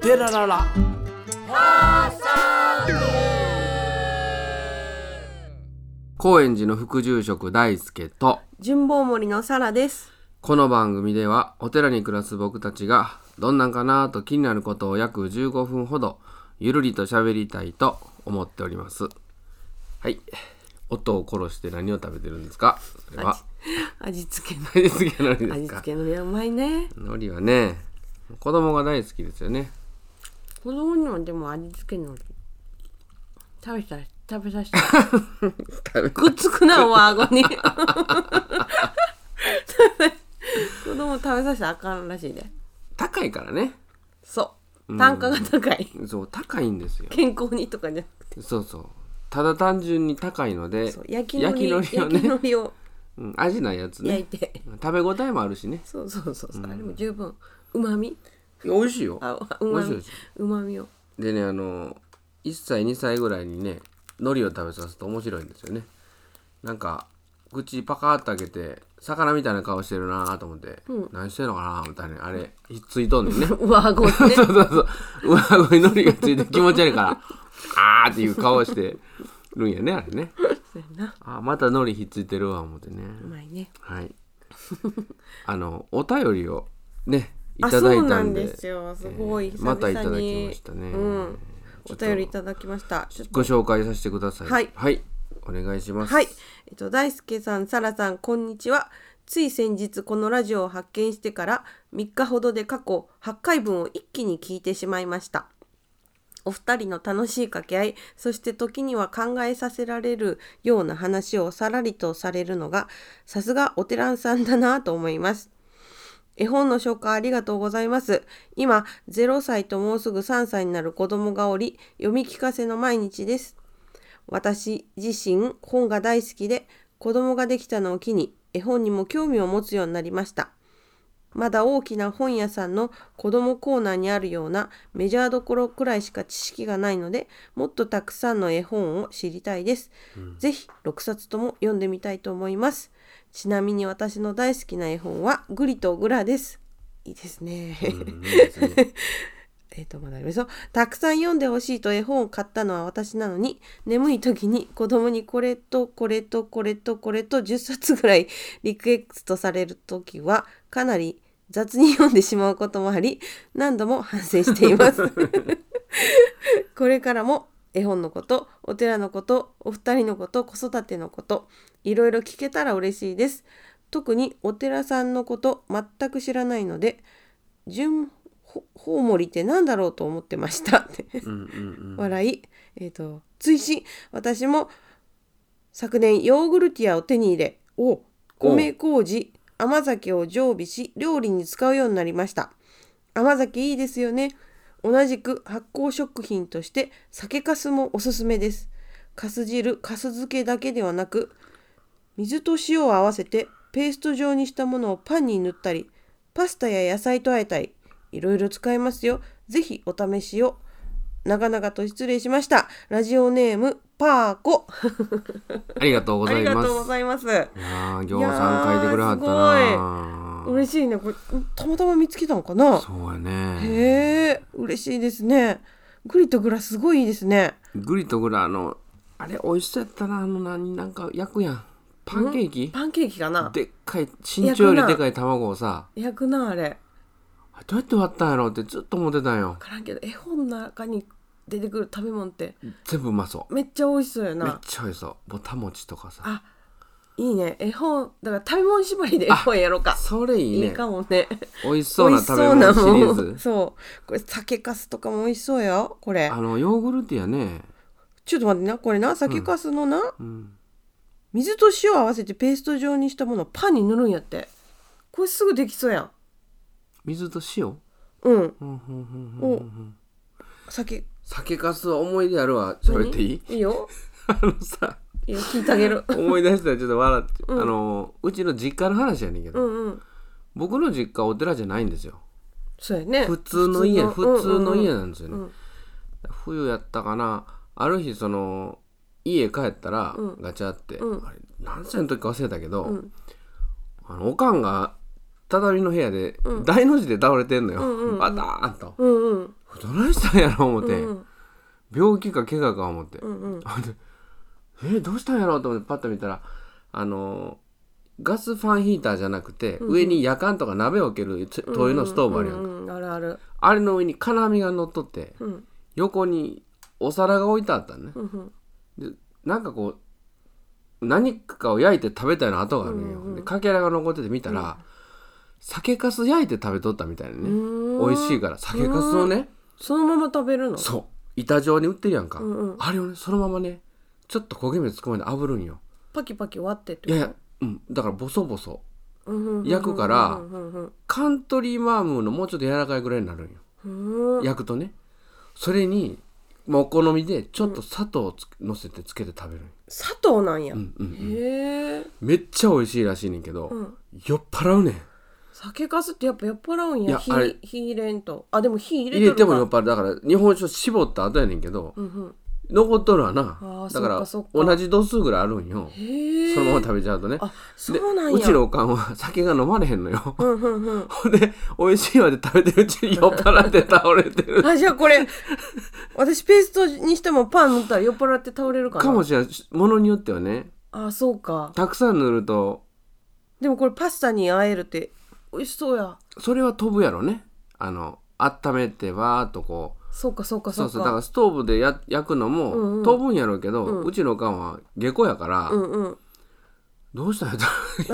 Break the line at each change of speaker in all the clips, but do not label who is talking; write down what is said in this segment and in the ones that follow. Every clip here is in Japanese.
テラララ高円寺の副住職大輔と
順坊森のサラです。
この番組ではお寺に暮らす僕たちがどんなんかなと気になることを約15分ほどゆるりと喋りたいと思っておりますはい音を殺して何を食べてるんですかそれは
味付けの
味付けのりです
味
か
付けのりはうまいね。
海苔はね子供が大好きですよね
子供にもでも味付けのり食べさ食べさせて
食べ
くっつくなお顎 に。子供食べさせたらあかんらしいで。
高いからね
そう単価が高い。
そう高いんですよ
健康にとかじゃなく
そうそうただ単純に高いので
てそう焼きのり
焼
焼
き
き
のりをね
のりを
うん、味ないやつ
焼い
ね
て。
食べ応えもあるしね
そうそうそうそうあれも十分うまみ
いや美味しいよ
あう
美
ま
味しい
み
です
うまみを
でねあの1歳2歳ぐらいにね海苔を食べさすと面白いんですよねなんか口パカーッと開けて魚みたいな顔してるなーと思って、何してんのかなーみたいなあれひっついとんねん ね
上顎 にね
そうそうそう上顎に海苔がついて気持ち悪いからあーっていう顔してるんやねあれね
そうやな
あーまた海苔ひっついてるわ思ってね
うまいね。
はい。あのお便りをねい
あ、
ただい
そうな
た
ん
んで
ですよすごい、
えー
久々に
またいただきましたね
うん、
ちょ
お
っと
便りいただきましたちょっと
ご紹介させてください。
はい
お願いします。
はいえっと大輔さんさらさんこんにちはつい先日このラジオを発見してから3日ほどで過去8回分を一気に聞いてしまいましたお二人の楽しい掛け合いそして時には考えさせられるような話をさらりとされるのがさすがお寺さんだなと思います絵本の紹介ありがとうございます。今、0歳ともうすぐ3歳になる子供がおり、読み聞かせの毎日です。私自身、本が大好きで、子供ができたのを機に、絵本にも興味を持つようになりました。まだ大きな本屋さんの子供コーナーにあるようなメジャーどころくらいしか知識がないので、もっとたくさんの絵本を知りたいです。ぜひ6冊とも読んでみたいと思います。ちなみに私の大好きな絵本はグリとグラです。いいですね。
うんいいですね
えっとまだありますよたくさん読んでほしいと絵本を買ったのは私なのに眠い時に子供にこれとこれとこれとこれと10冊ぐらい リクエストされる時はかなり雑に読んでしまうこともあり何度も反省していますこれからも絵本のことお寺のことお二人のこと子育てのこといろいろ聞けたら嬉しいです特にお寺さんのこと全く知らないので純ほほうもりってなんだろうと思ってましたって
うんうん
笑い、えー、と追伸私も昨年ヨーグルティアを手に入れお米麹甘酒を常備し料理に使うようになりました甘酒いいですよね同じく発酵食品として酒粕もおすすめです粕汁粕漬けだけではなく水と塩を合わせてペースト状にしたものをパンに塗ったりパスタや野菜と和えたりいろいろ使えますよぜひお試しを長々と失礼しましたラジオネームパーコ
うん。ありがとうご
あ
ざ
り
い
が
ます。
とうございます
いやー、行さん書いてくれはったなー。
嬉しいねこれたまたま見つけたのかな
そうやね。
へえ嬉しいですねグリとグラすごいいいですね
グリとグラのあれ美味しそうやったなあの何なんか焼くやん。パンケーキ？
パンケーキかな
でっかい身長よりでかい卵をさ、
焼くなあれ
あどうやって割ったんやろうってずっと思ってたんよ
分。からんけど絵本の中に出てくる食べ物って
全部うまそう。
めっちゃ美味しそうや
めっ
な
ちゃ美味しそうぼたもちとかさ
あいいね絵本だから食べ物縛りで絵本やろうか
それいい
い
ね
いかもね
美味しそう
美
な
味し
食
そ
べ
うな
物シリー
もん
ズ
そうこれ酒粕とかも美味しそうよこれ
あのヨーグルティアね
ちょっと待ってなこれな酒粕のな、
ん
水と塩を合わせてペースト状にしたものをパンに塗るんやってこれすぐできそうやん
水と塩
う
うん
ん
うんうんうん
お酒
酒かす思い出あるわ喋っていい
いいよ
あのさ
いいよ聞いてあ げる
思い出したらちょっと笑って、あのうちの実家の話やねんけ
う
ど、
んうん
僕の実家はお寺じゃないんですよ
そうやね
普通の家普通の家
うんうん
なんですよね、
うん
冬やったかなある日その家帰ったら
うん
ガチャって、
うん
あれ何歳の時か忘れたけど、
うん
あのおかんが畳の部屋で
うん
大の字で倒れてんのよ、
うんうんうん
バターンと
うんうん
「何どないしたんやろ思って、
うん
病気か怪我か思って、
うんうん
ほんでえどうしたんやろうと思ってパッと見たらあのーガスファンヒーターじゃなくて、上に夜間とか鍋を置けるつ灯油のストーブあるやんか、
うんうんあるある
あれの上に金網が乗っとって
うん
横にお皿が置いてあったのね、
うんうん
なんかこう何かを焼いて食べたような跡があるんよ、
うんうん
でかけらが残ってて見たら、酒かす焼いて食べとったみたいな
う
ね、
ーん
美味しいから酒かすをね、
そのまま食べるの
そう板状に売ってるやんか、
うんうん
あれをねそのままねちょっと焦げ目つくまで炙るんよ
パキパキ割ってって
いやいや、うん、だからボソボソ
うんうんうんうん
焼くから
うんうんうん
カントリーマームのもうちょっと柔らかいぐらいになるんよ
うん
焼くとねそれにまあお好みでちょっと砂糖をつのせてつけて食べるんよ
砂糖なんや、
うんうんうん
へえ
めっちゃ美味しいらしいねんけど、
うん
酔っ払うねん
酒かすってやっぱ酔っ払うん
い
や
や
火
あれ
火入れんとあでも火入れ
入れても
よ
酔っ払うだから日本酒絞った後やねんけど、
うんうん
残っとるわな
あー
だから
そっかそっか
同じ度数ぐらいあるんよ
へえ
そのまま食べちゃうとね
あそうなんや
でうちのおかんは酒が飲まれへんのよ
うんうんうん
ほんで美味しいわで食べてるうちに酔っ払って倒れ てる
あじゃあこれ私ペーストにしてもパン塗ったら酔っ払って倒れるかな
かもしれないものによってはね
あそうか
たくさん塗ると
でもこれパスタに和えるって美味しそうや
それは飛ぶやろねあの温めてわーっとこう
そうかそうかそ
そうう
か
そうだからストーブでや焼くの
うんう
も
ん
飛ぶんやろうけど、うちのおかんは下戸やから、
うんうん
どうしたん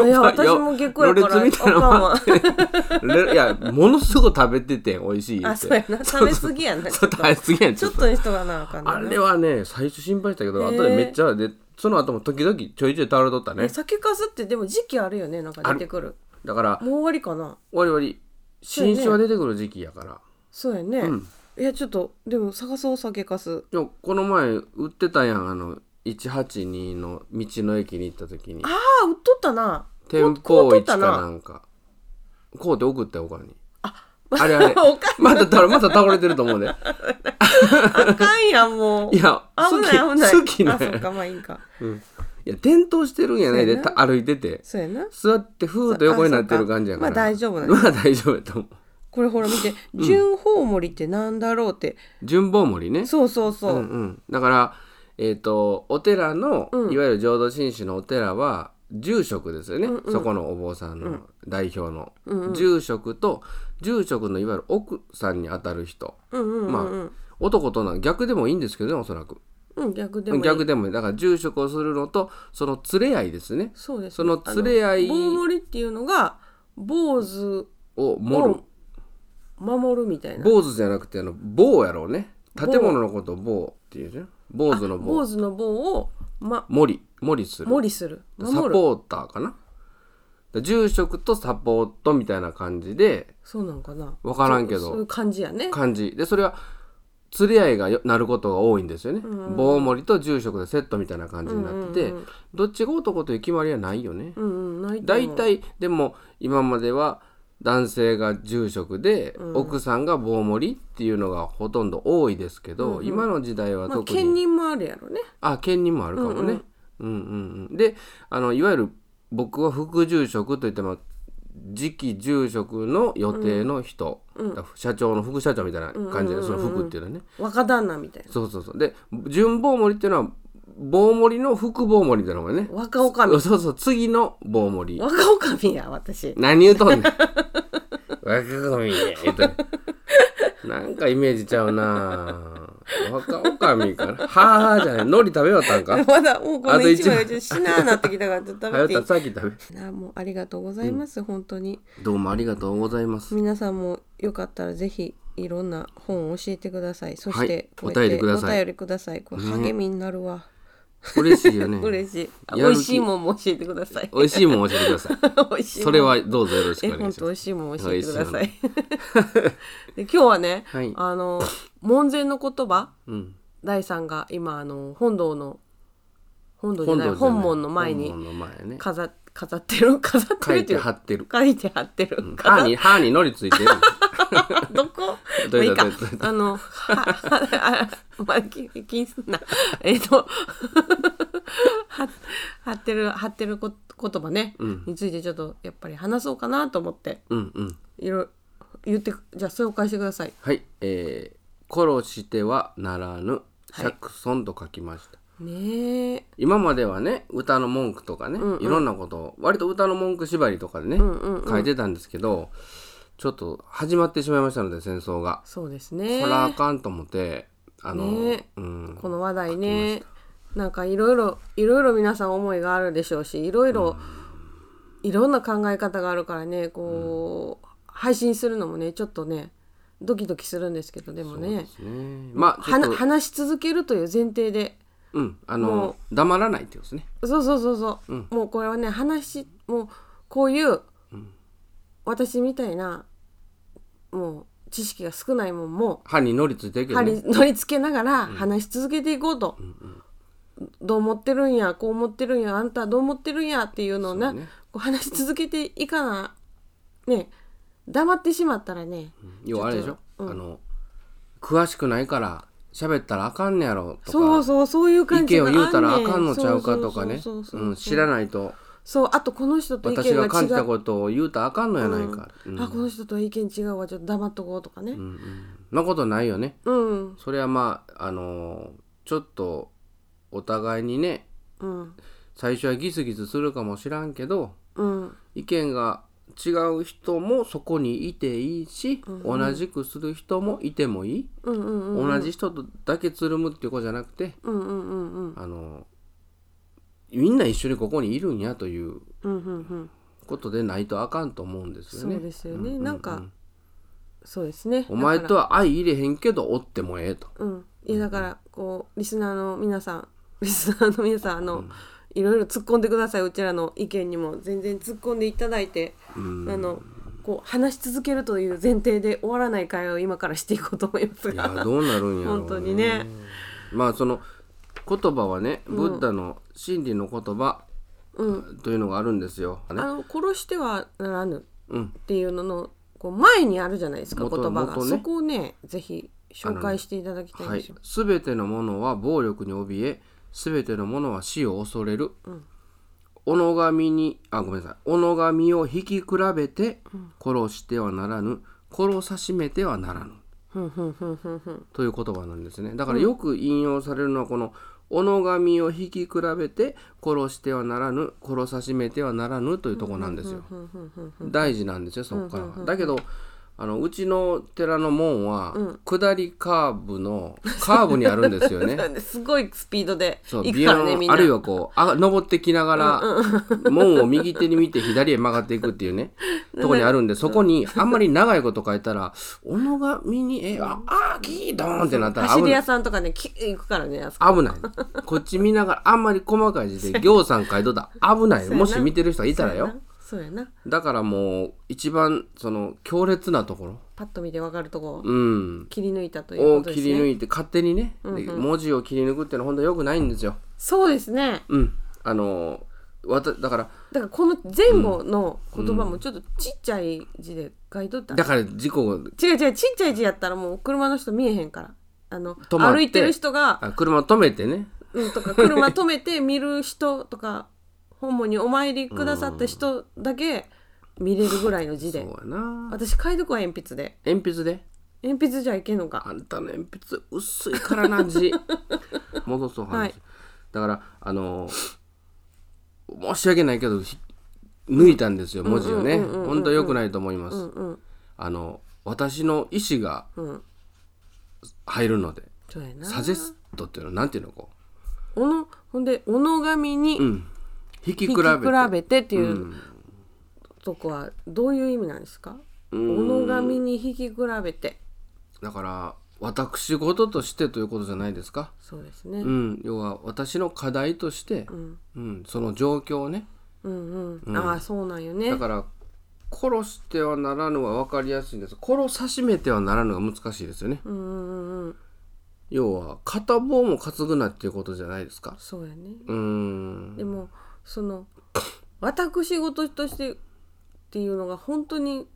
や
いや私も結構やから
ろれつみたいなの
あかん
もあ
わ
って いやものすごい食べてて美味しいって
あそうやな食べ過ぎやな
そう食べ過ぎやん
ち
ち
ょ
ょ
っ
っ
と
と
にしとかなあかんねん
あ
な
れはね最初心配したけど
へー
後でめっちゃでその後も時々ちょいちょい倒れとった
え
ね
酒かすってでも時期あるよねなんか出てくる
だから
もう終わりかな
我々新酒は出てくる時期やから
そうやね、
うん
いやちょっとでも探そう酒かす
でもこの前売ってたやんあの182の道の駅に行った時に
ああ売っとったな
天
こ
保
う
一
と
か
った
な
な
んかこうって送ったよおかんに
あ
あ れあれ
おか
また倒れまた倒れてると思う ね
あかんやんもう
いや
危ない危ない
好き好
あ
き
そっ
ね
かまあいいんか
うんいや転倒してるんやないで
そうや
た歩いてて
そうやな
座ってふーっと横になってる感じやから
あそうかまあ大丈夫なん や
まあ大丈夫やと思う
これほら見て「純宝盛りってなんだろう?」って
順坊森ね
そうそうそう、
うんうん、だからえっ、とお寺の、
うん
いわゆる浄土真宗のお寺は住職ですよね、
うんうん
そこのお坊さんの代表の、
うんうん
住職と住職のいわゆる奥さんにあたる人
うんうんうんうん、
男と女逆でもいいんですけどねおそらく
うん逆でもいい
逆でもいいだから住職をするのとその連れ合いですね
そうです
その連れ合い
あの棒盛りっていうのが坊主
を盛る
を守るみたいな
坊主じゃなくてあの坊やろうね建物のことを坊っていうじゃん坊主の坊
坊主の棒を、ま、
森森する
守りする
サ
守る
ポーターかなだから住職とサポートみたいな感じで
そうなんかな
分からんけど
そうそういう感じやね
感じでそれは釣り合いがよなることが多いんですよね、
うんうん
棒盛りと住職でセットみたいな感じになってて、
うんうんうん
どっちが男という決まりはないよね、
うんうんないと思
大
う
体でも今までは男性が住職で、
うん
奥さんが棒盛りっていうのがほとんど多いですけど、
うんうん
今の時代は
まあ
特に、
兼任もあるやろね
あ兼任もあるかもね。うんうんうん、であのいわゆる僕は副住職といっても次期住職の予定の人、
うん
だから社長の副社長みたいな感じで、
うんうん
そ
うんうん
の副っていうのはね
若旦那みたいな
そうそうそうで順棒盛りっていうのは棒盛りの副棒盛りみたいなもんね
若おかみ
そうそう次の棒盛り
若おかみや私
何言うと んねん若女将言うとんねんなんかイメージちゃうなぁ若女将からはあじゃない海苔食べよったんか
まだもうこ
あ
の
と
一
一
枚
枚
がちょっとしなーなってきたからちょっと
はよ
食べ
った
て
さっき食べ
いいなもうありがとうございます、本当に
どうもありがとうございます。
皆さんもよかったらぜひいろんな本を教えてくださいそし
はい
てこうや
お
って
便りください
お便りくださいこれ励みになるわ、
嬉しいよね。
嬉しいあ美
やる気
味しいもんも教えてください
美味しいもん教えてください。
美味し いもん
それはどうぞよろしく
え
お願
本
いし
当
ま
美
す。
味しいもん教えてくださ
はい
い で今日はね、
はい
あの門前の言葉
うん。
大さんが今あの本堂の本堂じゃ
本
ない
堂
本門の前に
本門の前ね。
飾っ飾ってる 飾って
書
るっ
い
てい
て
う
貼ってる。
書いて貼ってる、
歯
飾っ
に歯にのりついてる。
どこ
どうい
ま
う
あ
こ
い
と
いかあのははあまあ気気にすんなえっとは貼ってる貼ってるこ言葉ね、
うん
についてちょっとやっぱり話そうかなと思って
うんうん。
いろいろ言ってじゃあそれを返してください
はい。えー殺してはならぬ
はい
釈尊と書きました、
ねえ
今まではね歌の文句とかね、
うんうん
いろんなことを割と歌の文句縛りとかでね、
うんうんうん
書いてたんですけどちょっと始まってしまいましたので戦争が、
そうですね
こらあかんと思ってあの、
ね
うん
この話題ねなんかいろいろいろいろ皆さん思いがあるでしょうしいろいろいろんな考え方があるからねこう、配信するのもねちょっとねドキドキするんですけどでも
そう
ね
ですねまあちょ
は
っ
な
と
話し続けるという前提で
うんあ
も
の黙らないってことですね
そうそうそうそう、
うん
もうこれはね話もうこういう、私みたいなもう知識が少ないもんも
歯に乗りついてるけど、ね
針、乗りつけながら話し続けていこうと、どう思ってるんやこう思ってるんやあんたどう思ってるんやっていうのを
そ
な
うね
こう話し続けていかなね黙ってしまったらね、
要はあれでしょ、
うん
あの詳しくないから喋ったらあかんねやろとか
そうそうそういう感
意
じ
見を
が
言うたら
あ
あ
んねん
かんのちゃうかとかね
そうそうそうそう
うん知らないと
そうあとこの人と意
私
見が
が
違
感じた
う
ことを言うたらあかんのやないか、うん
あこの人と意見違うわちょっと黙っとこうとかね
うんうんそんなことないよね
うん
それはまああのーちょっとお互いにね
うん
最初はギスギスするかもしらんけど
うん
意見が違う人もそこにいていいし、同じくする人もいてもいい、
うんうんうん
同じ人とだけつるむっていうことじゃなくて
うんうんうんうん
あのみんな一緒にここにいるんやという
うんうんうん
ことでないとあかんと思うんですよ
そ
ね。
うですよね、なんかそうですね
お前
だ
と
か
は相入れへんけどおってもええと。
らうんいやだからこうリスナーの皆さん リスナーの皆さんあの、いろいろ突っ込んでくださいうちらの意見にも全然突っ込んでいただいて、あのこう話し続けるという前提で終わらない会を今からしていこうと思います
いや
が
どうなるんやろう、
本当にね。
まあその言葉はねブッダの真理の言葉というのがあるんですよ。ね
あの殺してはならぬ
うん、
っていうののこう前にあるじゃないですか言
元
葉が、
元ね
そこをねぜひ紹介していただきたいん
は
で
い
すよ。、
すべてのものは暴力に怯え、すべてのものは死を恐れる。己神に、あ、ごめんなさい。己神を引き比べて、殺してはならぬ、殺さしめてはならぬ。という言葉なんですね。だからよく引用されるのはこの、己神を引き比べて、殺してはならぬ、殺さしめてはならぬというところなんですよ。大事なんですよ、そこからは。だけど、あのうちの寺の門は、下りカーブのカーブにあるんですよね。
すごいスピードで
そう
行
ビ
く
ヨ
からね
ーン
みんな。
あるいはこうあ登ってきながら、門を右手に見て左へ曲がっていくっていう ねとこにあるんでそこにあんまり長いこと書いたら「おのがみにえああーギードーン!」ってなったら
走
危
り
ない
屋。さんとかねき行くからねあそこ
危ないこっち見ながらあんまり細かい字で「行さん書いとったら危ない」
そうやな
もし見てる人がいたらよ
そうやなそうやな
だからもう一番その強烈なところ
パッと見てわかるとこを
うん
切り抜いたという
を
ことで
切
す
り
ね
抜いて勝手にね、で文字を切り抜くってのは本当よくないんですよ。
そうですね
うん、あのわただから
だからこの前後の言葉もちょっとちっちゃい字で書いとった、
だから事故
違う違うちっちゃい字やったらもう車の人見えへんからあの
まって
歩いてる人が、
あ車止めてね
うん、とか車止めて見る人とか本門にお参りくださった人だけ見れるぐらいの字
そ
で
うやな
私書いとくわ鉛筆で
鉛筆で
鉛筆じゃいけんのか
あんたの鉛筆薄いからな 字戻そう話、
はい
だからあの申し訳ないけどひ抜いたんですよ文字をね本当良くないと思います、
うん
あの私の意思が
うん
入るので
そうやな
サジェストっていうのなんていうのこ
おのほんでおの神に
ううん引き
引
比
き
べ
比
て
べてっていう、とこはどういう意味なんですかおの神に引き比べて
だから私事としてということじゃないですか
そうですね、
うん、要は私の課題として、うんその状況をね
うんうんああそうなんよね
だから殺してはならぬは分かりやすいんです殺さしめてはならぬが難しいですよね、
うんうんうん
要は片棒も担ぐなっていうことじゃないですか
そうやね
うーん
でもその私事としてっていうのが本当に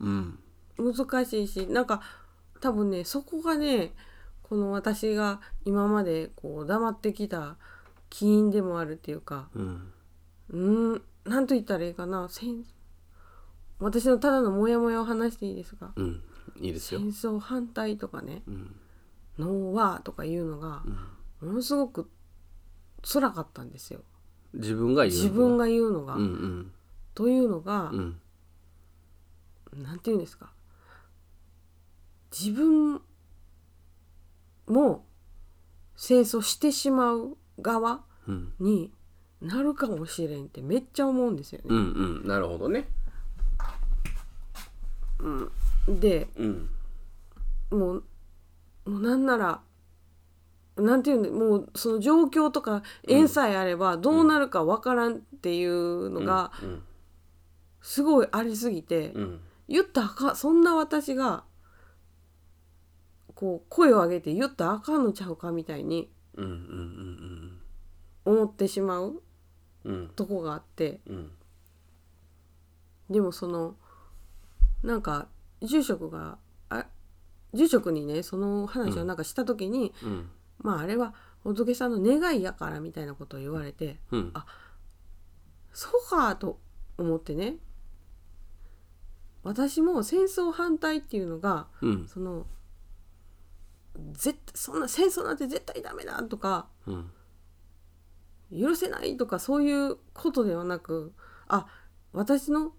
うん
難しいしなんか多分ねそこがねこの私が今までこう黙ってきた起因でもあるっていうか
うん
うーんなんと言ったらいいかな戦私のただのモヤモヤを話していいですか
うんいいですよ
戦争反対とかね、
ん
「ノーワー」とか言うのがものすごく辛かったんですよ
自分が言う
自分
が
が言うのが。
うん
というのが
うんう、ん
なんて言うんですか自分も清掃してしまう側
うん
になるかもしれんってめっちゃ思うんですよ
う
ね。
んうんなるほどね
で
うん
もうもうなんならなんていうんでもうその状況とか縁さえあればどうなるかわからんっていうのが
うん
すごいありすぎて、
うん
言ったらあかんそんな私がこう声を上げて言ったらあかんのちゃうかみたいに
うんうんうん
思ってしまう
うんうん
とこがあって
うん
でもそのなんか住職があ住職にねその話をなんかした時に、
うん
まああれは仏さんの願いやからみたいなことを言われて
うん
あそうかと思ってね私も戦争反対っていうのが
うん
その絶そんな戦争なんて絶対ダメだとか
うん
許せないとかそういうことではなくあ私の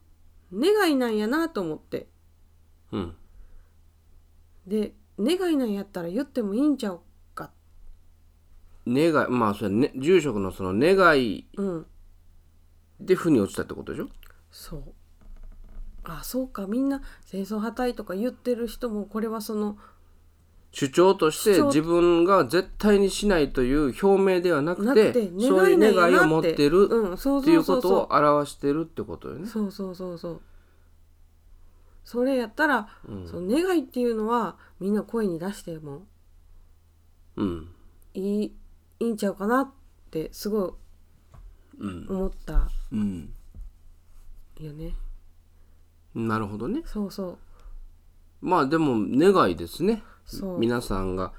願いなんやなと思って
うん
で願いなんやったら言ってもいいんちゃうか
願いまあそれね住職のその願い
うん
で負に落ちたってことでしょ
そうあそうかみんな戦争破壊とか言ってる人もこれはその
主張とし
主
て
張
自分が絶対にしないという表明ではなく
な
て
くて
そうい
願いうな
願
んやなって
いを持ってる
うんそう
ってい
そううそ
こ
う
と
そ
を表してるってことよ
う
ね。
そうそうそうそうそれやったら、
うん
その願いっていうのはみんな声に出しても
うん
いいいいんちゃうかなってすごい
うん
思った
うん
よね。
なるほどね。
そうそう
まあでも願いですね。
そう
皆さんが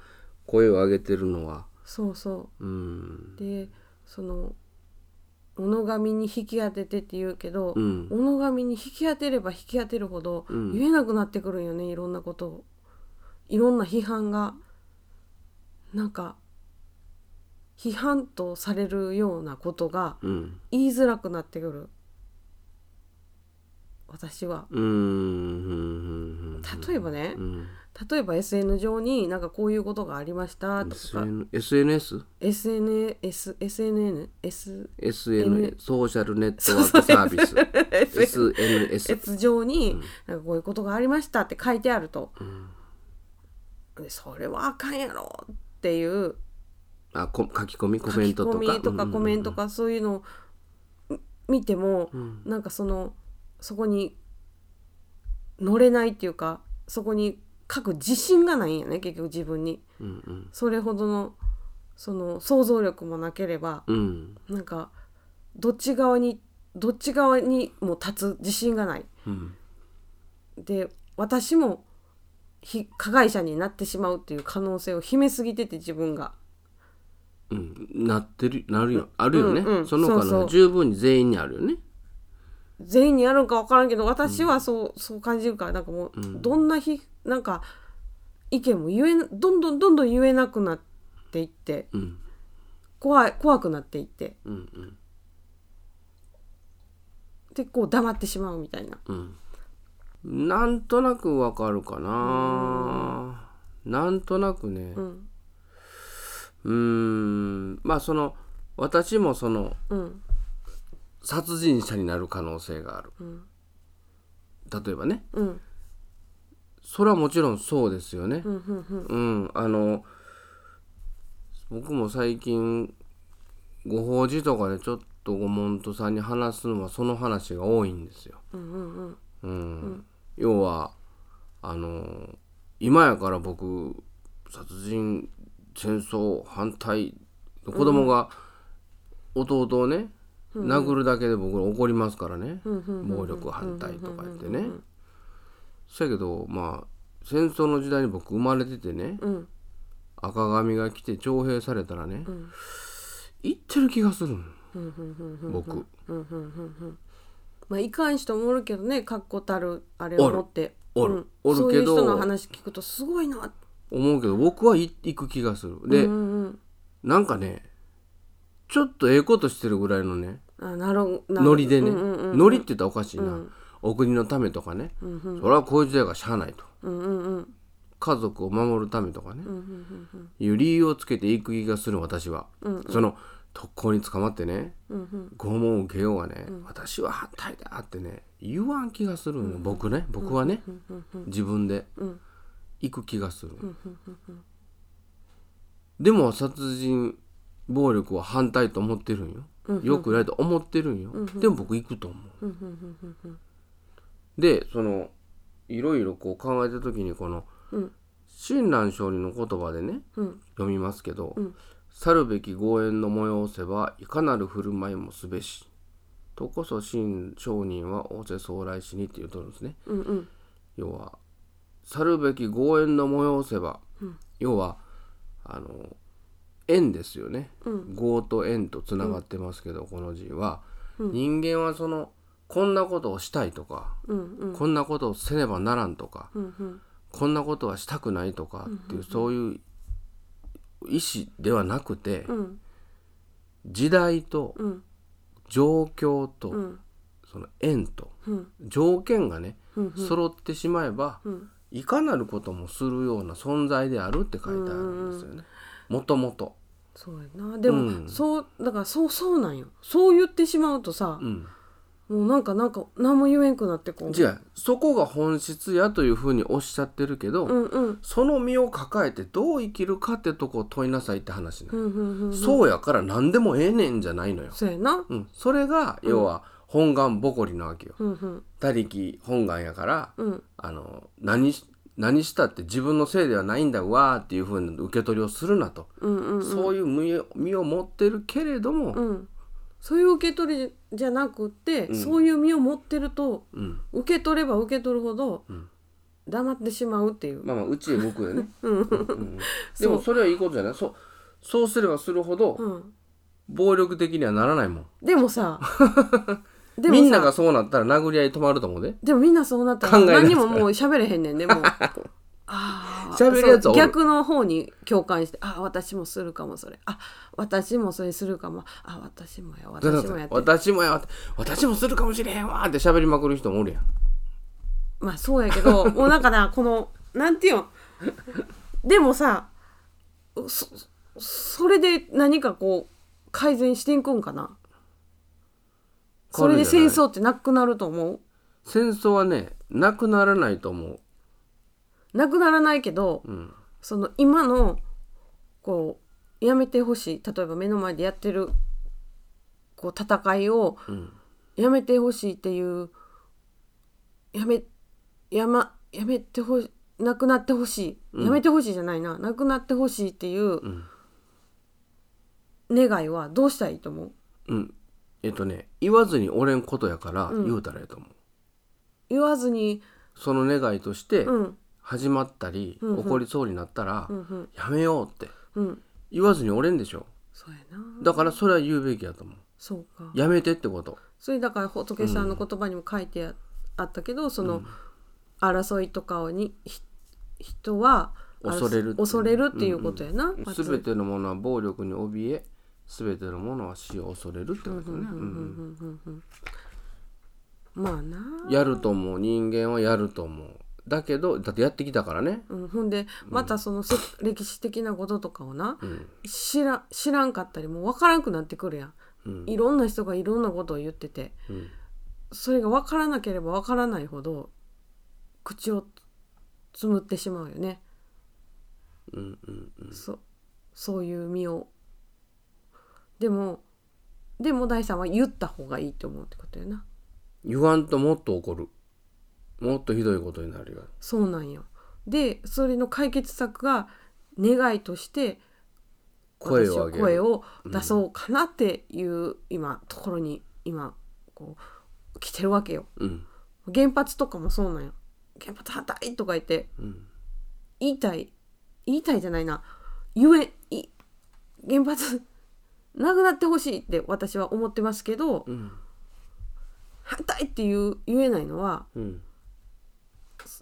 声を上げてるのは。
そうそう
ーん
うでその物神に引き当ててって言うけど、
うん
物神に引き当てれば引き当てるほど
うん
言えなくなってくるんよね、いろんなことをいろんな批判がなんか批判とされるようなことが
うん
言いづらくなってくる私は
うーんうん
例えばね、
うんうん
例えば SN 上になんかこういうことがありましたとか
SN SNS
SNS SNN S
SN ソーシャルネットワークサービス SNS
S 上になんかこういうことがありましたって書いてあると、でそれはあかんやろっていう
あこ書き込みコ
書
メ
き
ントとか
込みとかコメントとかそういうのを見ても、なんかそのそこに乗れないっていうかそこに書く自信がないんよね結局自分に
うんうん
それほどのその想像力もなければ
うんうん
なんかどっち側にどっち側にも立つ自信がない
うん
で私もひ加害者になってしまうっていう可能性を秘めすぎてて自分が
うんなってるなるよあるよね、
うんうん
その他
そうそ
の
う
十分に全員にあるよね
全員にあるんか分からんけど私はそう,、そう感じるからなんかもう、どんなひなんか意見も言えなどんどんどんどん言えなくなっていって
うん
怖い怖くなっていって
うんうん
でこう黙ってしまうみたいな
うんなんとなくわかるかななんとなくね
うん
うーんまあその私もその
うん
殺人者になる可能性がある、
ん
例えばね
うん
それはもちろんそうですよね
うんうんうん
うん、あの僕も最近ご法事とかでちょっとご門徒さんに話すのはその話が多いんですよ。
うんうんうん
うん要はあの今やから僕殺人戦争反対子供が弟をね、殴るだけで僕怒りますからね、暴力反対とか言ってね。そやけどまあ戦争の時代に僕生まれててね、
うん
赤髪が来て徴兵されたらね、行ってる気がするの僕
まあいかん人もおるけどね確固たるあれを持って
お
う
る
ん
おるけ
そういう人の
ど
話聞くとすごいなっ
思うけど僕はい行く気がするで、
うんうん
なんかねちょっとええことしてるぐらいのね
うん、あなるなる
ノリでね、
うんうんうん
ノリって言ったらおかしいな、
うん
お国のためとかね、
うんうん
それはこういう時代がしゃあないと
うんうんうん
家族を守るためとかね、
うんうんうん
いう理由をつけて行く気がする私は、
うん
その特攻に捕まってね
うんうん
拷問を受けようがね、私は反対だってね言わん気がするの、僕ね僕はね、
うんうん
自分で
うん
行く気がする、でも殺人暴力は反対と思ってるんよ、よくないと思ってるんよ、でも僕行くと思う,、でそのいろいろこう考えた時にこの
うん
親鸞聖人の言葉でね
うん
読みますけど、去るべき豪縁の催せばいかなる振る舞いもすべし」とこそ真商人は仰せ総来しにって言うとるんですね。
うんうん
要は去るべき豪縁の催せば、要はあの縁ですよね、業と縁とつながってますけど、この字は、人間はそのこんなことをしたいとか、
うんうん
こんなことをせねばならんとか、
うんうん
こんなことはしたくないとかっていう、そういう意思ではなくて、
うん
時代と
うん
状況と、
うん
その縁と
うん
条件がね、
うん
揃ってしまえば、
ん
いかなることもするような存在であるって書いてあるんですよね。もともと。
そうやなでも、
うん
そうだからそうそうなんよそう言ってしまうとさ
う、ん、
もうなんかなんか何も言えんくなってこう
違うそこが本質やというふうにおっしゃってるけど、
うんうん
その身を抱えてどう生きるかってとこを問いなさいって話ね、
うんうんうん
そうやから何でもええねんじゃないのよ。
そうやな
うん、それが要は本願ぼこりなわけよ。
うんうん
他力本願やから、
うん
あの何し何したって自分のせいではないんだわーっていうふうな受け取りをするなと、
うんうんうん
そういう身を身を持ってるけれども、
うんそういう受け取りじゃなくって、
ん
そういう身を持ってると
うん
受け取れば受け取るほど黙ってしまうっていう、
まあまあうちへ向くよね、うんで
そ
も
う
それはいいことじゃないそうそうすればするほど
うん、
暴力的にはならないもん
で もさで
みんながそうなったら殴り合い止まると思うで
でもみんなそうなった
考え出
ら
すから
何にももう喋れへんね んねもうあー
喋るやつはおる
そう逆の方に共感してあ私もするかもそれあ私もそれするかもあ私もや
だから
私もやって
私もや私もするかもしれへんわーって喋りまくる人もおるやん
まあそうや けどもうなんかなこのなんていうのでもさそそれで何かこう改善していくんかなそれで戦争ってなくなると思う
戦争はねなくならないと思う
なくならないけど、
ん
その今のこうやめてほしい例えば目の前でやってるこう戦いを
ん
やめてほしいっていうやめや,、ま、やめてほしなくなってほしいやめてほしいじゃないな、なくなってほしいっていう願いはどうしたらいいと思う
うんえっとね言わずにおれんことやから言うたらええと思う、
言わずに
その願いとして
うん
始まったり、起こりそうになったら、
ん
やめようって
うん
言わずにおれんでしょ
そうやな
だからそれは言うべきやと思う
そうか
やめてってこと
それだから仏さんの言葉にも書いてああったけど、その争いとかをにひ人は
恐れるっていう
恐れるっていうことやな、罰
全てのものは暴力に怯え全てのものは死を恐れるってことね、うん
まあな、
やると思う人間はやると思うだけどだってやってきたからね
うん、ほんでまたその、そ歴史的なこととかをな、知ら知らんかったりもう分からんくなってくるやん、いろんな人がいろんなことを言ってて、
ん
それが分からなければ分からないほど口をつむってしまうよね、
うんうん
そそういう身をでもでも大さんは言った方がいいと思うってことやな
言わんともっと怒るもっとひどいことになるよ
そうなんよでそれの解決策が願いとして
声を
私は
上げる
声を出そうかなっていう今ところに今こう来てるわけよ
うん
原発とかもそうなんよ原発反対とか言って
うん
言いたい言いたいじゃないな言えい原発なくなってほしいって私は思ってますけど、
うん
反対っていう言えないのは
うん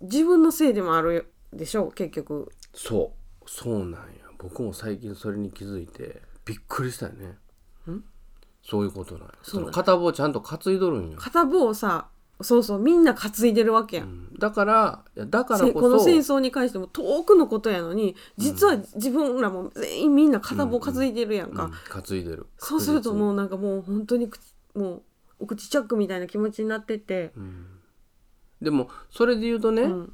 自分のせいでもあるでしょう結局
そうそうなんや僕も最近それに気づいてびっくりしたよね
ん
そういうことなんや
そ
そうの片棒ちゃんと担いどるんよ、
片棒をさそうそうみんな担いでるわけや、
うんんだからいやだから
せ
こ
この
そ
戦争に関しても遠くのことやのに実は自分らも全員みんな片棒担いでるやんか、
うん、担いでる
そうするとも
う、
うなんかもう本当に口もうお口チャックみたいな気持ちになってて、
うんでもそれで言うとね、
うん、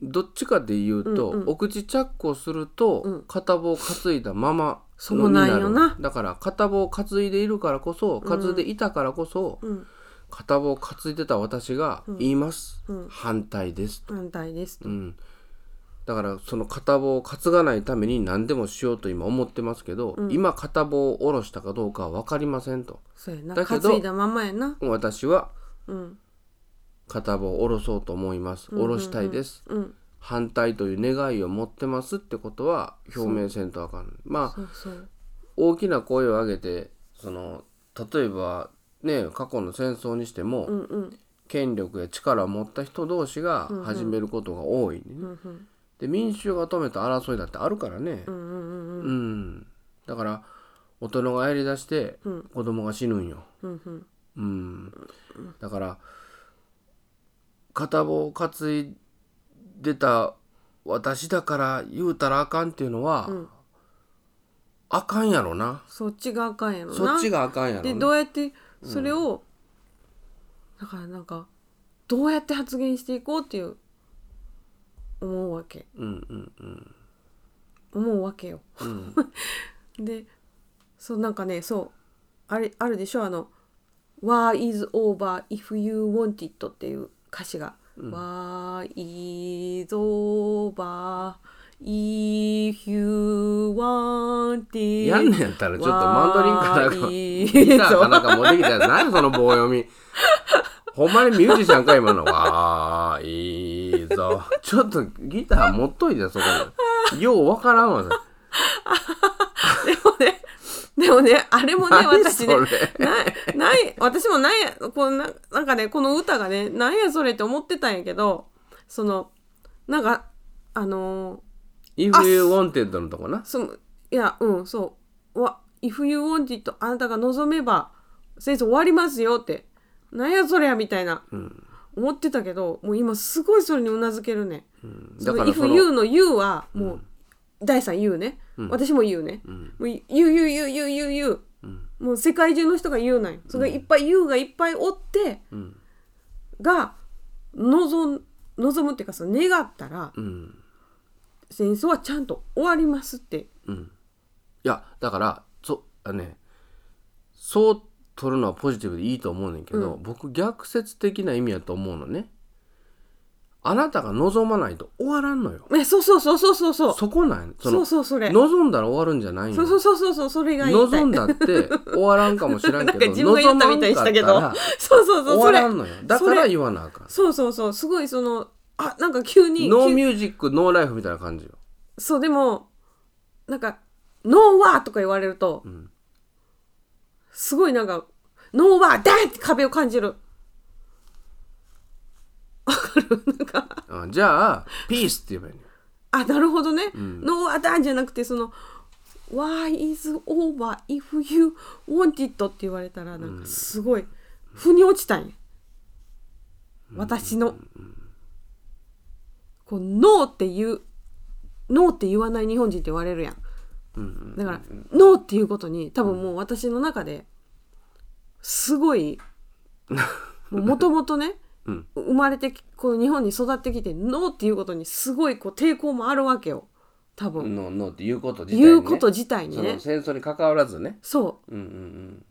どっちかで言うと、
うんうん
お口チャックをすると、
うん
片棒担いだまま
そうなんよな
にるだから片棒担いでいるからこそ担いでいたからこそ、
うん、
片棒担いでた私が言います、
うん
反対です
反対ですと、
うん、だからその片棒を担がないために何でもしようと今思ってますけど、
うん
今片棒を下ろしたかどうかは分かりませんと
そうやな
だけど
担いだままやな、
私は
うん
片棒を下ろそうと思います
んうん
下ろしたいです、
うん、
反対という願いを持ってますってことは表明せんとあかんまあ
そうそう
大きな声を上げてその例えばね過去の戦争にしても、
うんうん
権力や力を持った人同士が始めることが多いね、
うんうん
で民衆が止めた争いだってあるからね、
うんうんうん
うん、だから大人がやりだして
うん
子供が死ぬんよ、
うんうん
うん、だから片棒を担いでた私だから言うたらあかんっていうのは、
ん
あかんやろな
そっちがあかんやろな
そっちがあかんやろ
で
な
どうやってそれを、だからなんかどうやって発言していこうっていう思うわけ
うんうん
思うわけよ。
うん
でそうなんかねそうあれあるでしょあの「War is over if you want it」っていう歌詞が「War is over if you want it」
やんねやったらちょっとマンドリンかなんか
War
ギ
is
ターかなんか持ってきたやつ何やその棒読みほんまにミュージシャンか今のわーいいぞちょっとギター持っといてそこにようわからんわさ
でもね、でもね、あれもね、
何
私ね
それ、
ない、ない、私もなんや、こんな、なんかね、この歌がね、なんやそれって思ってたんやけど、その、なんか、あのー
If you wanted のとこな
その、いや、うん、そう、わ、if you want it, あなたが望めば、戦争終わりますよって、なんやそりゃみたいな、
ん
思ってたけど、もう今すごいそれにうなずけるね。
だ
だ
か
からら
そ
if
の
you の you はもう、第三 you ね、私も you ね、もう you you you you you you、もう世界中の人が you なんよそれがいっぱい you がいっぱいおって、
ん
が望ん望むっていうかその願ったら
うん
戦争はちゃんと終わりますって
うんいやだからそあねそう取るのはポジティブでいいと思うねんけど、僕逆説的な意味やと思うのねあなたが望まないと終わらんのよ
えそうそうそうそうそうそう
そこなんやそ
そ
の
うそうそれ
望んだら終わるんじゃないの
そうそうそうそうそうそれが言いたい
望んだって終わらんかもしらん
な
け
ん
ど
か自分が言ったみたいにしたけ
望
ど
まんかっ
そうそ
たら
うそう
終
そ
わ
れ
らんのよだから言わなあかん
そうそうそうすごいそのあなんか急に
ノー
急
ミュージックノーライフみたいな感じよ
そうでもなんか「ノーワー」とか言われると、
ん
すごいなんか「ノーワー」ダンって壁を感じる
あじゃあピースって言えばいいのよ
あなるほどね「ノーワー」ダンじゃなくてその「Why is over if you want it」って言われたらなんかすごい腑に落ちたんや、私の、こう「ノー」っていう「ノー」って言わない日本人って言われるやん
うんうん
だから「ノー」っていうことに多分もう私の中ですごいもともとね、
うん
生まれてきこう日本に育ってきて「ノー」っていうことにすごいこう抵抗もあるわけよ多分、
ノーノーっていうこと自体に、ね、
言うこと自体に
そ
ね
の戦争に関わらずね
そう
うんうん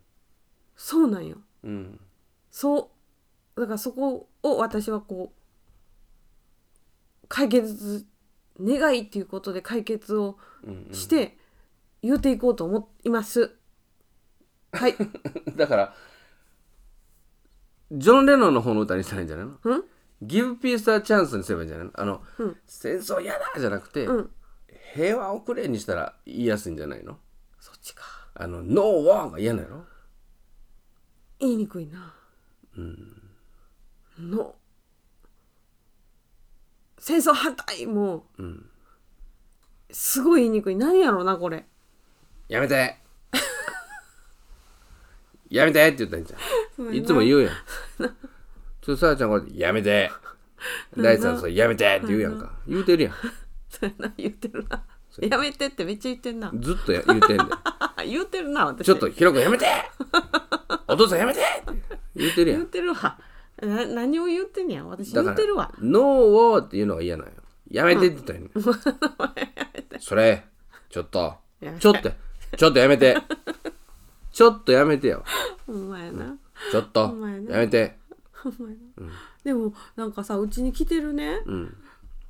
そうなんよ
うんうん
そうだからそこを私はこう解決願いっていうことで解決を
うん
して言うていこうと思います、 はい
うんだからジョン・レノンの方の歌にしたらいいんじゃないの
うん
ギブピース・ア・チャンスにすればいいんじゃないのあの、
うん
戦争やだじゃなくて、
うん
平和をくれにしたら言いやすいんじゃないの
そっちか
あの、ノーワーが嫌なの
言いにくいなの戦争反対も
うん。
すごい言いにくい何やろうなこれ
やめて やめてって言ったんじゃん。いつも言 うやん。ちょっとさらちゃんこれ、やめて大地さんさ、やめてって言うやんか。言うてるやん。
そうやな言ってるなやめてってめっちゃ言ってんな
ずっとや言うてんで。
言ってるな私
ちょっと、ひろくんやめてお父さんやめてって言うてるや
言っ
ん。
てるわな何を言ってんねや私
だ
言
から
ってるわ、
ノーをっていうのが嫌なんよ。やめてって言ったんやね、 それ、ちょっと
やめ、て
ちょっと、ちょっとやめて。ちょっとやめてよ。
ほんまやな
ちょっと
お前、な
やめて。
ほんまやな、でもなんかさうちに来てるね、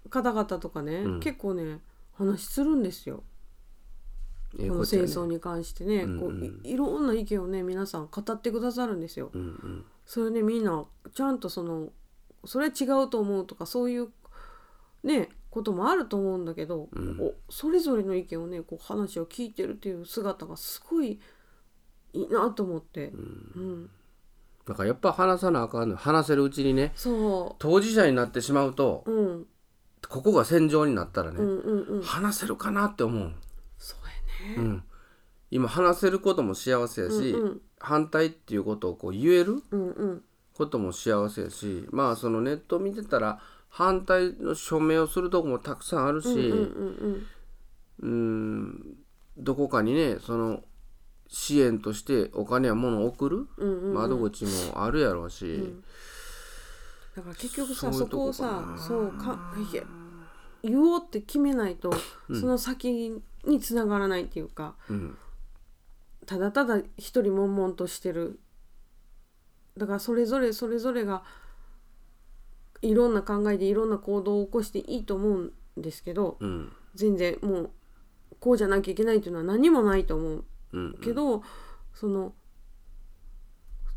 方々とかね、結構ね話するんですよ
ええ
こ
こ
の
と
戦
やね
争に関してね、こういいろんな意見をね皆さん語ってくださるんですよ。それねみんなちゃんとそのそれは違うと思うとかそういうねこともあると思うんだけど、おそれぞれの意見をねこう話を聞いてるっていう姿がすごいいいなと思って、うん
だからやっぱ話さなあかんのよ話せるうちにね
そ
当事者になってしまうと
う、うん、
ここが戦場になったらね、
うんうんうん
話せるかなって思う、
そうやね、
うん、今話せることも幸せやし、
うんうん
反対っていうことをこう言える
うんうん
ことも幸せやしまあそのネット見てたら反対の署名をするとこもたくさんあるし、
うんうん
うーんどこかにねその支援としてお金や物を送る
うんうんうん
窓口もあるやろうし、
だから結局さ
そうい
そう
とこ
こを
か
さ
な
そうかいや言おうって決めないと、その先につながらないっていうか
うん、
ただただ一人悶々としてるだからそれぞれそれぞれがいろんな考えでいろんな行動を起こしていいと思うんですけど、
うん、
全然もうこうじゃなきゃいけないっていうのは何もないと思う
うん、
けど、その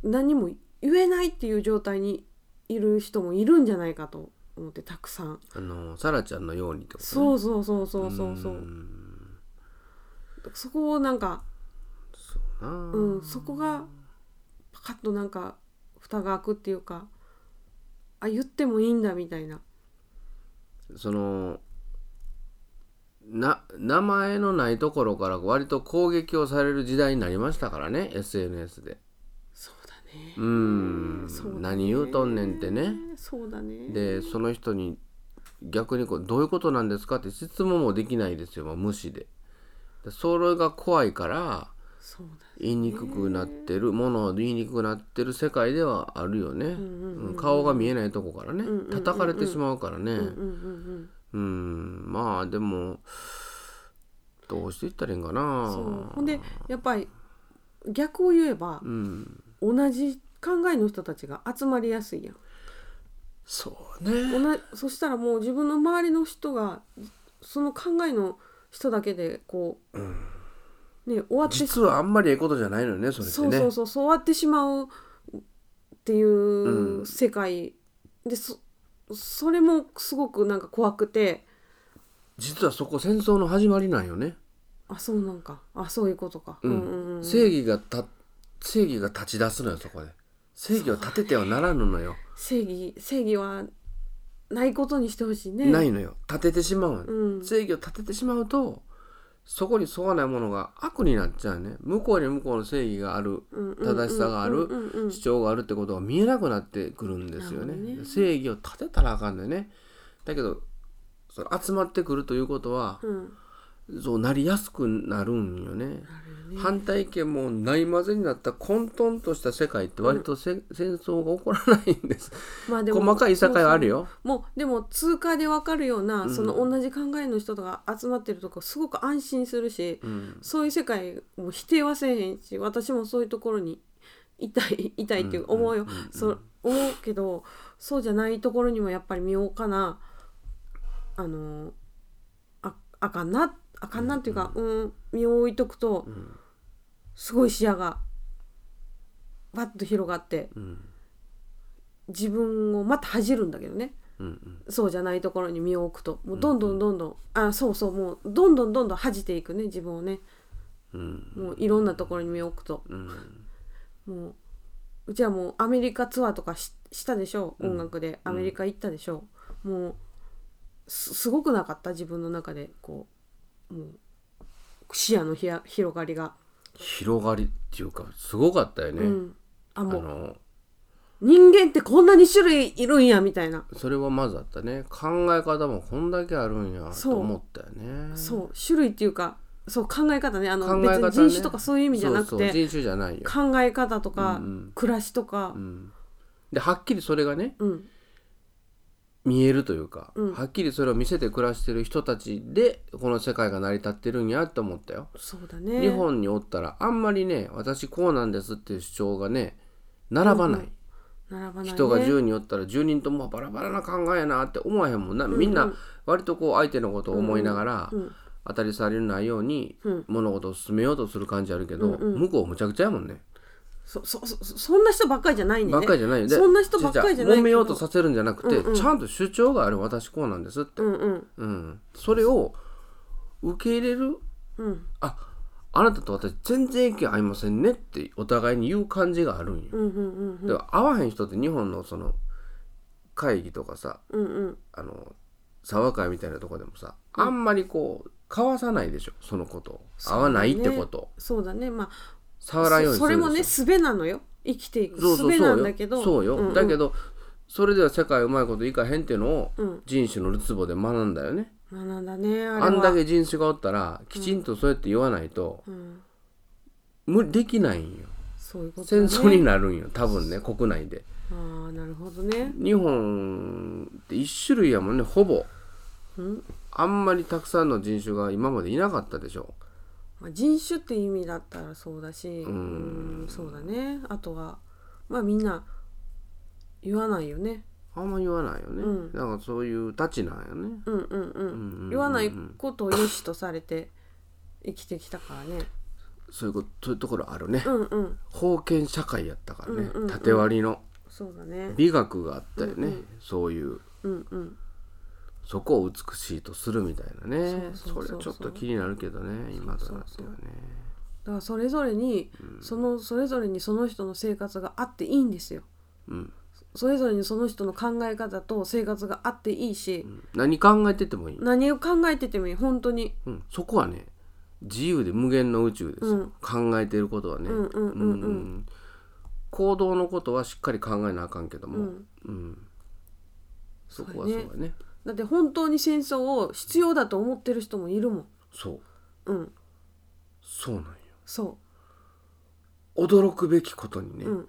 何も言えないっていう状態にいる人もいるんじゃないかと思ってたくさん
あのサラちゃんのようにってこと
そうそうそうそうそうそううんそこをなんか、
なあ
うん、そこがパカッとなんか蓋が開くっていうかあ言ってもいいんだみたいな
そのな名前のないところから割と攻撃をされる時代になりましたからね SNS で
そうだね
うーん
そうだね
何言うとんねんってね
そうだね
でその人に逆にこうどういうことなんですかって質問もできないですよ、まあ、無視ででそれが怖いから
そうだね
言いにくくなってるものを言いにくくなってる世界ではあるよね、うん顔が見えないとこからね、叩かれてしまうからねうん
うんうん
まあでもどうしていったらいいんかな
うんそうほんでやっぱり逆を言えば、
うん
同じ考えの人たちが集まりやすいやん
そうね
同じそしたらもう自分の周りの人がその考えの人だけでこう、ね終わってし
実はあんまりええことじゃないのよねそれって
そ
ね
うそうそうそう終わってしまうっていうう世界、でそそれもすごくなんか怖くて
実はそこ戦争の始まりなんよね、
あそうなんかあそういうことか、うんうんうん、
正義がた正義が立ち出すのよそこで正義を立ててはならぬのよ、
正義正義はないことにしてほしいね
ないのよ立ててしまうのよ、
うん
正義を立ててしまうとそこに沿わないものが悪になっちゃうね向こうに向こうの正義がある
うんうんうん
正しさがある
うんうんうん
主張があるってことが見えなくなってくるんですよ
なるほ
ね
どね
正義を立てたらあかんだよねだけどそれ集まってくるということは、
うん
そうなりやすくなるんよね反対意見もない混ぜになった混沌とした世界って割とせ、戦争が起こらないんです
まあでも
細かいいさかいはあるよ
もうでも通過で分かるような、その同じ考えの人とか集まってるとこすごく安心するし、そういう世界も否定はせえへんし私もそういうところにいた いいたいっていう思うよ、そう思うけどそうじゃないところにもやっぱり身を置かなあのーああかんなあかんなっていうか、うん身を置いとくと、すごい視野がバッと広がって、自分をまた恥じるんだけどね。そうじゃないところに身を置くともうどんどんどんどん、あそうそうもうどんどんどんどん恥じていくね自分をね、もういろんなところに身を置くと、もううちはもうアメリカツアーとかししたでしょ音楽で、アメリカ行ったでしょもうすすごくなかった自分の中でこうもう視野のひや広がりが、
広がりっていうかすごかったよね、
うん、あ
あ
もう
の
人間ってこんなに種類いるんやみたいな、
それはまずあったね考え方もこんだけあるんや
そう
と思ったよね
そう種類っていうかそう考え方ねあの
考え
別
方、ね、
に人種とかそういう意味じゃなくて
そうそう人種じゃないよ、
考え方とか、
うんうん
暮らしとか
う、ん、ではっきりそれがね
うん
見えるというか、
うん
はっきりそれを見せて暮らしてる人たちでこの世界が成り立ってるんやと思ったよ、
そうだね
日本におったらあんまりね私こうなんですっていう主張がね並ばない、
うん並ばない、ね、
人が10人おったら10人ともバラバラな考えやなって思わへんもんな、みんな割とこう相手のことを思いながら、
うん
当たり障りのないように
うん
物事を進めようとする感じあるけど、
うんうん
向こうむちゃくちゃやもんね。
そそそそんな人ばっかりじゃないねんね
ばっかりじゃないよね
そんな人ばっかりじゃないけど
揉めようとさせるんじゃなくて、
うんうん
ちゃんと主張がある私こうなんですって、
うんうん
うん、それを受け入れる
うん
ああなたと私全然意見合いませんねってお互いに言う感じがあるんよ。
うんうんうん
で合わへん人って日本のその会議とかさ
うんうん
あの沢会みたいなとこでもさ、あんまりこう交わさないでしょそのことを合わないってことを、
そうだねまあ
触らんよう
そ
にする
そ
でし
れ
ょ
もね術なのよ生きていく
そうそう
術
そ
な
うんよ
だけど
そうよ、
んん
だけどそれでは世界うまいこといかへんっていうのを
うん
人種のるつぼで学んだよね、
学んだねあれは
あんだけ人種がおったらきちんとそうやって言わないと、
うん、
無できないんよ
そういうことだ
戦
ね
争になるんよ多分ね国内で
ああなるほどね
日本って一種類やもんねほぼ
うん
あんまりたくさんの人種が今までいなかったでしょ
まあ、人種って意味だったらそうだし
ん
うんそうだねあとはまあみんな言わないよね
あんま言わないよね、
うん
だからそういうたちなんよね
うんうんうん,、
んうん
言わないことを良しとされて生きてきたからね
そういうことそういうところあるね、
うんうん
封建社会やったからね、
うんうんうん
縦割りの
そうだね
美学があったよね、
うんう
そういう
うんうん
そこを美しいとするみたいなね
そうそうそうそう
れはちょっと気になるけどね今となってはね
だからそれぞれに、そのそれぞれにその人の生活があっていいんですよ
うん
それぞれにその人の考え方と生活があっていいし、
何考えててもいい、
何を考えててもいい本当に
うん、そこはね自由で無限の宇宙ですよ、
うん
考えてることはね、
うんうんうんうん
うん行動のことはしっかり考えなあかんけども、
うん
うんそこはそ
そ
うう
や
や
ね
ね
だって本当に戦争を必要だと思ってる人もいるもん
そう
うん
そうなんよ
そ
驚くべきことにね、
ううん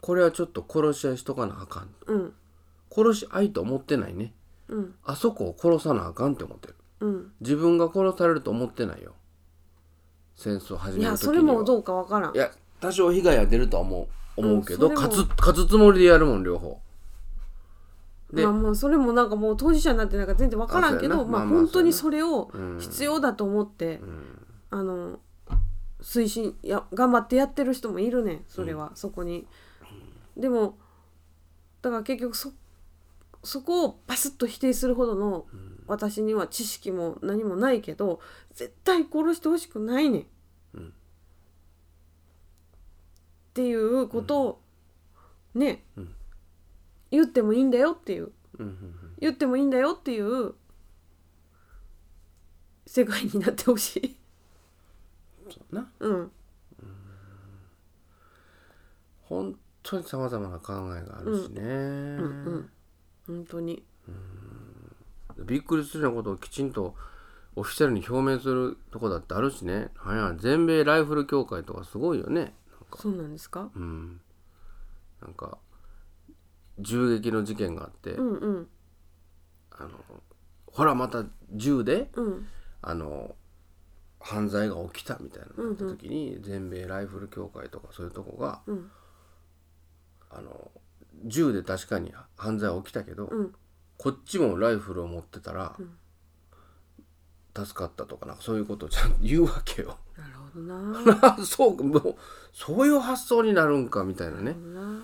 これはちょっと殺し合いしとかなあかん
うん
殺し合いと思ってないね
うん
あそこを殺さなあかんって思ってる
うん
自分が殺されると思ってないよ戦争始
い
める
や
時
そ
に
れ
は
もどうかわからん
いや多少被害は出るとは思う思うけど、
うんそれ
勝
も
つ勝つつもりでやるもん両方で
まあもうそれもなんかもう当事者になってなんか全然わからんけ
あそ
ど
うやな
ま
ま
あ
あまあ
本当にそれを
そうやなうん
必要だと思って、
ん
あの推進いや頑張ってやってる人もいるねんそれは、そこに。でもだから結局そそこをパスッと否定するほどの私には知識も何もないけど絶対殺してほしくないねん。っていうことを、ね、言ってもいいんだよっていう
うんうん
言ってもいいんだよっていう世界になってほしい。
うんそうやな
うん
本当にさまざまな考えがあるしね、
本当に
びっくりするようなことをきちんとオフィシャルに表明するとこだってあるしねはや全米ライフル協会とかすごいよね
そうなんですか
うんなんか銃撃の事件があって、
うんうん
あのほらまた銃で
うん
あの犯罪が起きたみたいなのがあった時に、全米ライフル協会とかそういうとこが
うん
あの銃で確かに犯罪は起きたけど、
うん
こっちもライフルを持ってたら、助かったとかなんかそういうことをちゃんと 言うわけよ。
なるほどな
そうかもうそういう発想になるんかみたいなね
な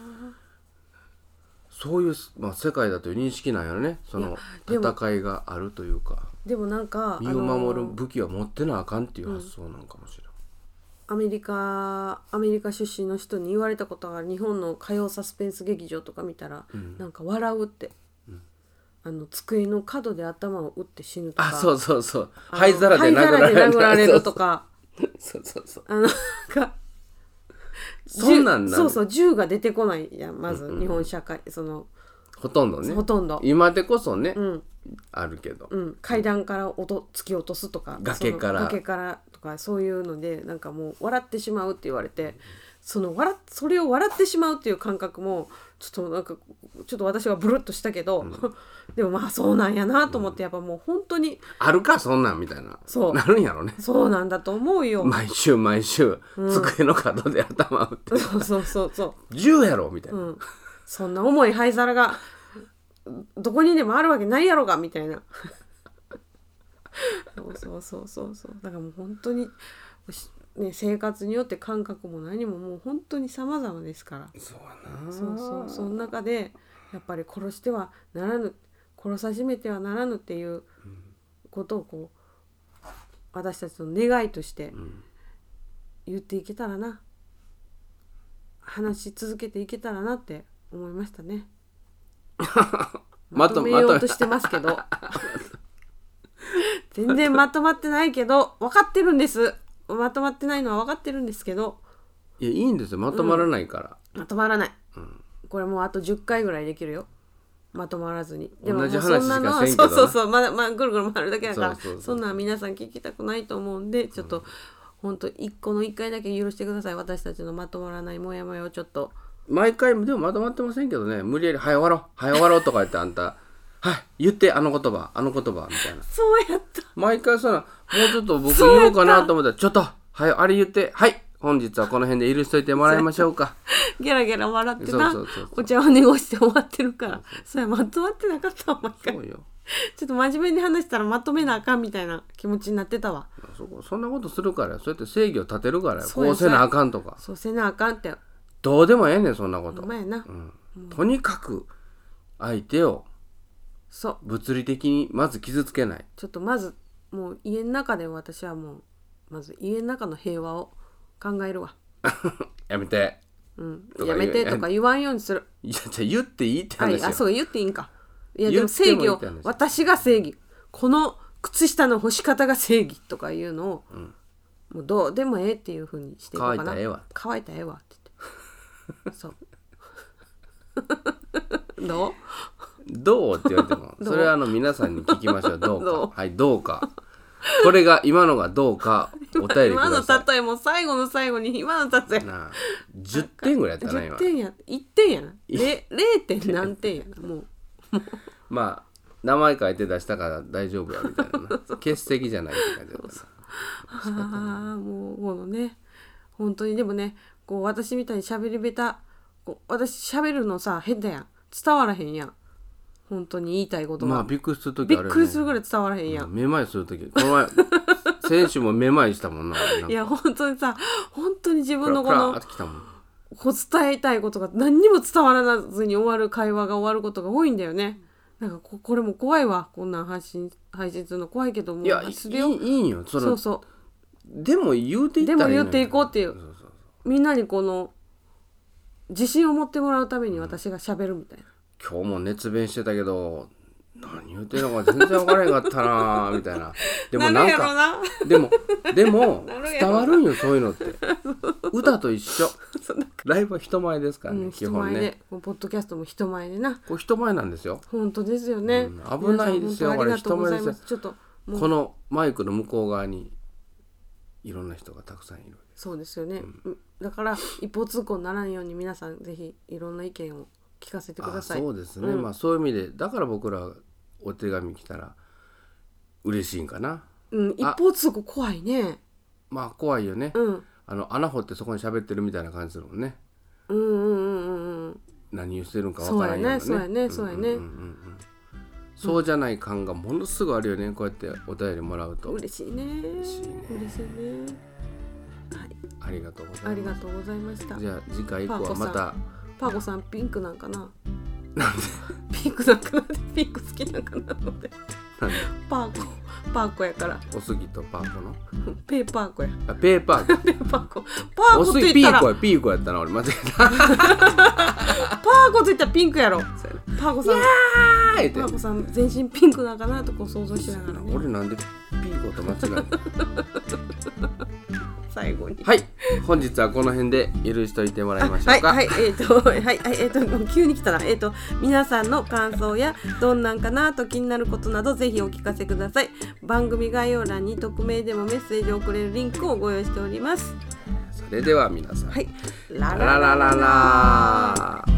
そういう、まあ、世界だという認識なんやろねその
でも
戦いがあるというか
でもなんか
身を守る
あの
武器は持ってなあかんっていう発想なんかもしれない。
アメリカアメリカ出身の人に言われたことが日本の火曜サスペンス劇場とか見たら、なんか笑うって、あの机の角で頭を打って死ぬとか
あそうそうそう
あの
灰皿で殴られ
灰皿で殴られると
か
か
そうそうそう
あのなんか
そんなんなん
銃そうそう銃が出てこないやんまず日本社会その
ほとんどね
ほとんど
今でこそね、
うん
あるけど、
うん階段から音突き落とすとか
崖から
その崖からとかそういうのでなんかもう笑ってしまうって言われてその笑っそれを笑ってしまうっていう感覚もちょっとなんかちょっと私はブルッとしたけど、 でもまあそうなんやなと思ってやっぱもう本当に
あるかそんなんみたいな
そう
なるんやろね
そうなんだと思うよ。
毎週毎週、机の角で頭打って
そうそうそうそう。
銃やろみたいな、
うん、そんな重い灰皿がどこにでもあるわけないやろがみたいなそうそうそうそうそうだからもう本当に、しね、生活によって感覚も何ももう本当に様々ですから
そうやな
そうそうその中でやっぱり殺してはならぬ殺さしめてはならぬっていうことをこう私たちの願いとして
ん
言っていけたらな話し続けていけたらなって思いましたね。
ま
ま
と
と
め
め
ま
よう
と
と
め
してますけど全然まとまってないけど分かってるんですまとまってないのは分かってるんですけど
いやいいんですよまとまらないから、
まとまらない、これもうあと10回ぐらいできるよまとまらずにでも
同じ
もうそんな
話
の
しかせんけど
そ
な
うそうそうまだまあぐるぐる回るだけだから
そうそうそう
そんなん皆さん聞きたくないと思うんでちょっと、ほんと1個の1回だけ許してください私たちのまとまらないモヤモヤをちょっと
毎回でもまとまってませんけどね無理やり「はい終わろうはい終わろう」とか言ってあんた 「はい言ってあの言葉あの言葉」みたいな
そうやった
毎回そのもうちょっと僕
そうや
言お
っ
う
た
かなと思ったら「ちょっとはいあれ言ってはい本日はこの辺で許しといてもらいましょうか」
ゲラゲラ笑ってな
そうそうそうそう
お茶を濁して終わってるからそれまとまってなかったわ毎回
そうよ
ちょっと真面目に話したらまとめなあかんみたいな気持ちになってたわ
そこそんなことするからよそうやって正義を立てるからよ
そう
こ
や
うせなあかんとか
そうせなあかんって
どうでもええねんそんなこ
ほ
と
んまやな、
うんとにかく相手を
そう
物理的にまず傷つけない
ちょっとまずもう家の中で私はもうまず家の中の平和を考えるわ、
やめて
うん
と、か
やめてとか言わんようにする
いやじゃあ言っていいって
あ
話よ
あそう言っていいんかい
言
やで
っ
も
て
正
も
義
いいっ
を
て話
私が正義この靴下の干し方が正義とかいうのを、もうどうでもええっていうふうにしていこうかな
乾いたらええわ
乾いたらええわっ て言ってそう どう
どうって言われても
どう
それはあの皆さんに聞きましょうどうか
どう
はいどうかこれが今のがどうかお便りく
今の
ださ
例えも最後の最後に今の例え
いなあ10点ぐらいやったな
10
今
点や1点やなれ 0. 点何点やなもう
まあ名前書いて出したから大丈夫やみたい なな欠席じゃないって感じだったな
ああもうこのね本当にでもねこう私みたいに喋り下手こう私喋るのさ変だやん伝わらへんやん本当に言いたいことが、
まあびっくりする時
び
あ
っ
るよね
くりするぐらい伝わらへんやん、
めまいする時この前 選手もめまいしたもんななんか
いや本当にさ本当に自
プ
分
ラ
の
プ
こ
ラー
の
ってきたもん
こう伝えたいことが何にも伝わらずに終わる会話が終わることが多いんだよねなんかここれも怖いわこんなん配信配信するの怖いけどもう
いやいい
忘れよう
いいんよその
そうそう
でも言うていった
で
ら
も
いいのよ
言っていこうっていう
そうそう
みんなにこの自信を持ってもらうために私が喋るみたいな、
今日も熱弁してたけど何言ってんのか全然分からへんかった なみたいなでもなんか
な
でもでも
なるやろ
伝わるんよそういう のって歌と一緒ライブは人前ですからね、
うん、
基
人
本
前で、
ね
もうポッドキャストも人前でな
こう人前なんですよ
本当ですよね、
うん危ないですよ
皆さん本当ありがとうござ
あれ人前
いま
です
すちょっともう
このマイクの向こう側にいろんな人がたくさんいる
そうですよね、うんだから一方通行にならんように皆さんぜひいろんな意見を聞かせてくだ
あ
さい
そうですね、
うん
まあそういう意味でだから僕らお手紙来たら嬉しいんかな
うん、一方通行怖いね
まあ怖いよね、
うん
あの穴掘ってそこに喋ってるみたいな感じするもんね
うんうんうんうんうん
何をしてるんかわ
そ
か
う
ら
や
んような
ねそうやねそうやね、
うんうんうんうんそうじゃない感がものすごいあるよねこうやってお便りもらうと
嬉しいね嬉
しいね
嬉しいねはい
ありがとうござ
あ
い
り
ま
が
す
とうございました
じゃあ次回以降はまた
パーコさんピンクなんかなピンクなんかなってピンク好きなんかなので
なんで
パーコパーコやから
おすぎとパーコの
ペーパーコや
あペーパー
ペーパーコ パー
お
コと
すぎ
言っ
ピ
た
ー
ら
コ
パ
やピーコやったな俺間違えた
ーコと言ったらピンクやろパーコさん
ー言うて
マコさん全身ピンクなんかなとこう想像しながらね
俺なんでピーコと間違えた
最後に
はい本日はこの辺で許しといてもらいましょ
は
う
い、
か
はい、えっ、と、はい、はい、えっ、と、急に来たな、えっ、と、皆さんの感想や、どんなんかなと気になることなど、ぜひお聞かせください。番組概要欄に匿名でもメッセージを送れるリンクをご用意しております。
それでは皆さん、
はい、
ラララララ